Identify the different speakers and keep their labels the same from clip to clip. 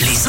Speaker 1: Les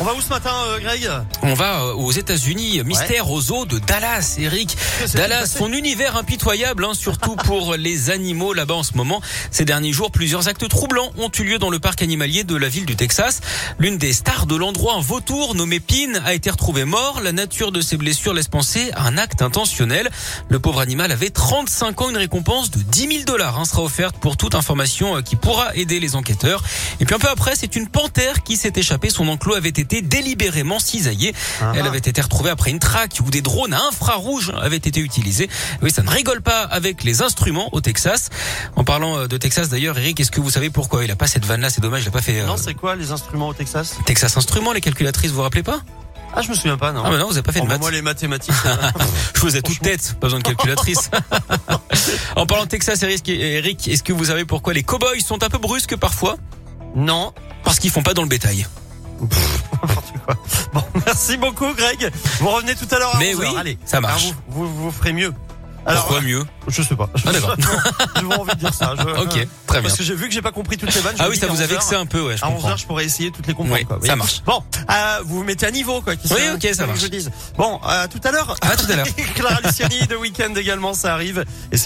Speaker 2: On va où ce matin, euh, Greg
Speaker 3: On va euh, aux États-Unis, mystère aux eaux de Dallas, Eric.
Speaker 2: Qu'est-ce qui s'est
Speaker 3: Dallas,
Speaker 2: passé
Speaker 3: son univers impitoyable, hein, surtout pour les animaux là-bas en ce moment. Ces derniers jours, plusieurs actes troublants ont eu lieu dans le parc animalier de la ville du Texas. L'une des stars de l'endroit, un vautour nommé Pin, a été retrouvé mort. La nature de ses blessures laisse penser à un acte intentionnel. Le pauvre animal avait 35 ans, une récompense de 10 000 dollars hein, sera offerte pour toute information euh, qui pourra aider les enquêteurs. Et puis un peu après, c'est une panthère qui s'est échappée. Son enclos avait été délibérément cisaillé.
Speaker 2: Ah,
Speaker 3: Elle avait été retrouvée après une traque où des drones à infrarouge avaient été utilisés. Oui, ça ne rigole pas avec les instruments au Texas. En parlant euh, de Texas d'ailleurs, Eric, est-ce que vous savez pourquoi il a pas cette vanne là C'est dommage, il a pas fait euh,
Speaker 2: Non, c'est quoi les instruments au Texas
Speaker 3: Texas Instruments, les calculatrices, vous vous rappelez pas
Speaker 2: Ah, je me souviens pas, non.
Speaker 3: Ah bah non, vous avez pas fait de maths.
Speaker 2: moi les mathématiques. euh,
Speaker 3: Je faisais toute tête, pas besoin de calculatrice. en parlant de Texas, Eric, Eric, est-ce que vous savez pourquoi les cowboys sont un peu brusques parfois
Speaker 2: non,
Speaker 3: Parce qu'ils font pas dans le bétail.
Speaker 2: n'importe quoi. Bon, merci beaucoup, Greg. Vous revenez tout à l'heure à
Speaker 3: Mais
Speaker 2: 11
Speaker 3: oui,
Speaker 2: heures, Allez,
Speaker 3: ça marche.
Speaker 2: Alors, vous, vous, vous ferez mieux. Alors, euh,
Speaker 3: pourquoi mieux
Speaker 2: je sais pas.
Speaker 3: Ah, d'accord.
Speaker 2: J'ai vraiment envie de dire ça. Je-
Speaker 3: Ok,
Speaker 2: euh,
Speaker 3: très bien.
Speaker 2: Parce que j'ai vu que j'ai pas compris toutes les vannes. je
Speaker 3: Ah
Speaker 2: me
Speaker 3: oui,
Speaker 2: dis
Speaker 3: ça
Speaker 2: qu'à
Speaker 3: vous a
Speaker 2: 11 heures,
Speaker 3: vexé un peu, ouais, je
Speaker 2: À 11
Speaker 3: comprends.
Speaker 2: h je pourrais essayer toutes les comprendre.
Speaker 3: Oui,
Speaker 2: quoi,
Speaker 3: ça marche.
Speaker 2: Bon, euh, vous vous mettez à niveau, quoi. qu'est-ce
Speaker 3: Oui,
Speaker 2: que-
Speaker 3: ok,
Speaker 2: qu'est-ce
Speaker 3: ça
Speaker 2: que
Speaker 3: marche.
Speaker 2: je dise. Bon, euh, à tout à l'heure.
Speaker 3: À tout à l'heure.
Speaker 2: Clara Luciani de Weekend également, ça arrive. Et